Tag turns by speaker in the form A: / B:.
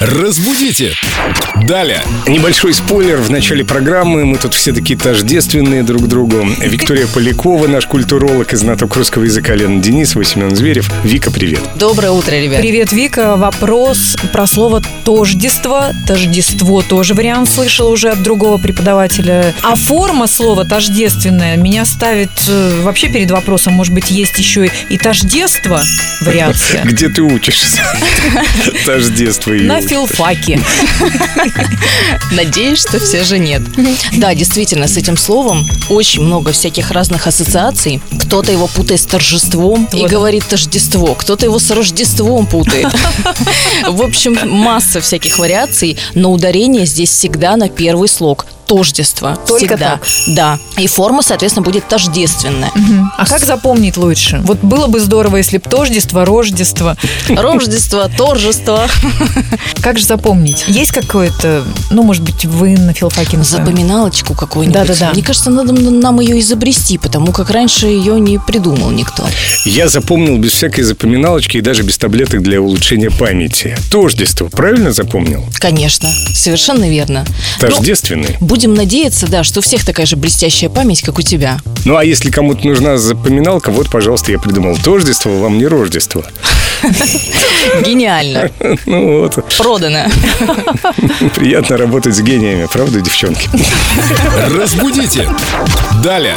A: Разбудите! Далее.
B: Небольшой спойлер в начале программы. Мы тут все такие тождественные друг другу. Виктория Полякова, наш культуролог и знаток русского языка Лена Денисова, Семен Зверев. Вика, привет.
C: Доброе утро, ребят.
D: Привет, Вика. Вопрос про слово «тождество». «Тождество» тоже вариант слышала уже от другого преподавателя. А форма слова «тождественное» меня ставит э, вообще перед вопросом, может быть, есть еще и «тождество» вариация?
B: Где ты учишься? Тождество и
D: На
B: учишь.
D: филфаке.
C: Надеюсь, что все же нет. Да, действительно, с этим словом очень много всяких разных ассоциаций. Кто-то его путает с торжеством и
D: Вот.
C: говорит «тождество», кто-то его с Рождеством путает. В общем, масса всяких вариаций, но ударение здесь всегда на первый слог. Тождество.
D: Только
C: всегда.
D: так?
C: Да. И форма, соответственно, будет тождественная.
D: Мгм. А как запомнить лучше? Вот было бы здорово, если бы тождество, рождество.
C: Рождество, торжество.
D: Как же запомнить? Есть какое-то, ну, может быть, вы на филфаке на своем?
C: Запоминалочку какую-нибудь.
D: Да-да-да.
C: Мне кажется, надо м- нам ее изобрести, потому как раньше ее не придумал никто.
B: Я запомнил без всякой запоминалочки и даже без таблеток для улучшения памяти. Тождество. Правильно запомнил?
C: Ну, Конечно, совершенно верно. Ну,
B: Тождественный.
C: будем надеяться, да, что у всех такая же блестящая память, как у тебя.
B: Ну а если кому-то нужна запоминалка, вот, пожалуйста, я придумал. Тождество вам не рождество.
C: Гениально.
B: Ну вот,
C: Продано.
B: приятно работать с гениями, правда, девчонки?
A: Разбудите! Далее.